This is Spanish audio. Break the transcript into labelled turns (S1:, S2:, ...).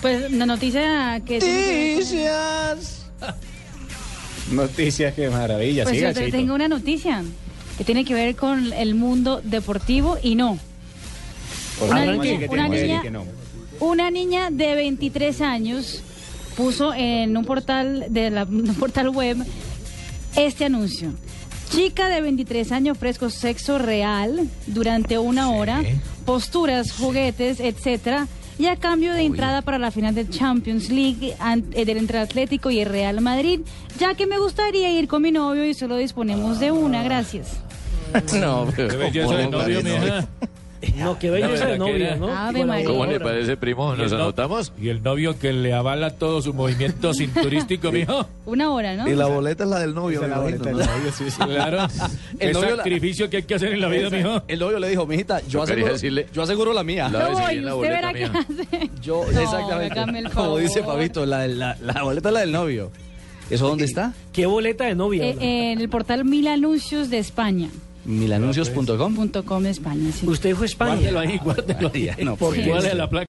S1: Pues una noticia que... tiene que ver-
S2: Noticias. Noticias, qué maravilla.
S1: Pues
S2: Siga,
S1: yo te-
S2: Cheito.
S1: tengo una noticia que tiene que ver con el mundo deportivo y no.
S2: Por
S1: una
S2: favor,
S1: niña-
S2: así que
S1: una
S2: tengo que decir
S1: niña-
S2: que no.
S1: Una niña de 23 años puso en un portal de la un portal web este anuncio. Chica de 23 años ofrezco sexo real durante una hora, posturas, juguetes, etcétera, y a cambio de entrada para la final de Champions League an- eh, del entre Atlético y el Real Madrid, ya que me gustaría ir con mi novio y solo disponemos de
S3: Ah.
S1: una, gracias.
S3: No, pero
S4: Qué
S3: ¿cómo
S4: belleza de
S3: le
S4: novio,
S3: parece?
S4: mija.
S5: No, que
S3: La
S5: belleza
S3: verdad
S5: de
S3: que
S5: novia,
S3: era.
S5: ¿no?
S1: Ave
S5: Con la
S1: María.
S3: ¿Cómo
S5: voladora.
S3: le parece, primo?
S4: ¿Y
S3: ¿Nos
S4: el no-
S3: anotamos?
S4: Y el novio que le avala todo su movimiento cinturístico, mijo.
S1: Una hora, ¿no?
S6: Y la boleta es la del novio.
S2: Esa es la
S6: me
S2: boleta del
S6: imagino, ¿no?
S2: novio, sí, sí.
S4: Claro.
S6: El
S4: el
S6: novio la-
S4: sacrificio que hay que hacer en la vida,
S6: Esa-
S4: mijo.
S6: El novio le dijo, mijita, yo
S3: Yo quería
S6: aseguro,
S3: decirle-
S6: yo aseguro la mía.
S3: La
S1: No
S3: vez
S1: voy,
S3: allí en la
S1: usted verá
S3: boleta
S1: qué
S3: mía.
S1: hace.
S6: Yo,
S1: No,
S6: exactamente.
S1: hágame el
S6: Como dice
S1: favor.
S6: Fabito, la, la, la boleta es la del novio. ¿Eso dónde está?
S5: ¿Qué boleta de novia?
S1: Eh,
S5: Blanca?
S1: eh, en el portal Mil Anuncios de España.
S6: Milanuncios.com.
S1: punto com de España, sí.
S5: Usted dijo España.
S4: Guárdelo ahí, guárdelo ahí.
S6: No,
S4: Por
S6: pues.
S4: igual a la placa.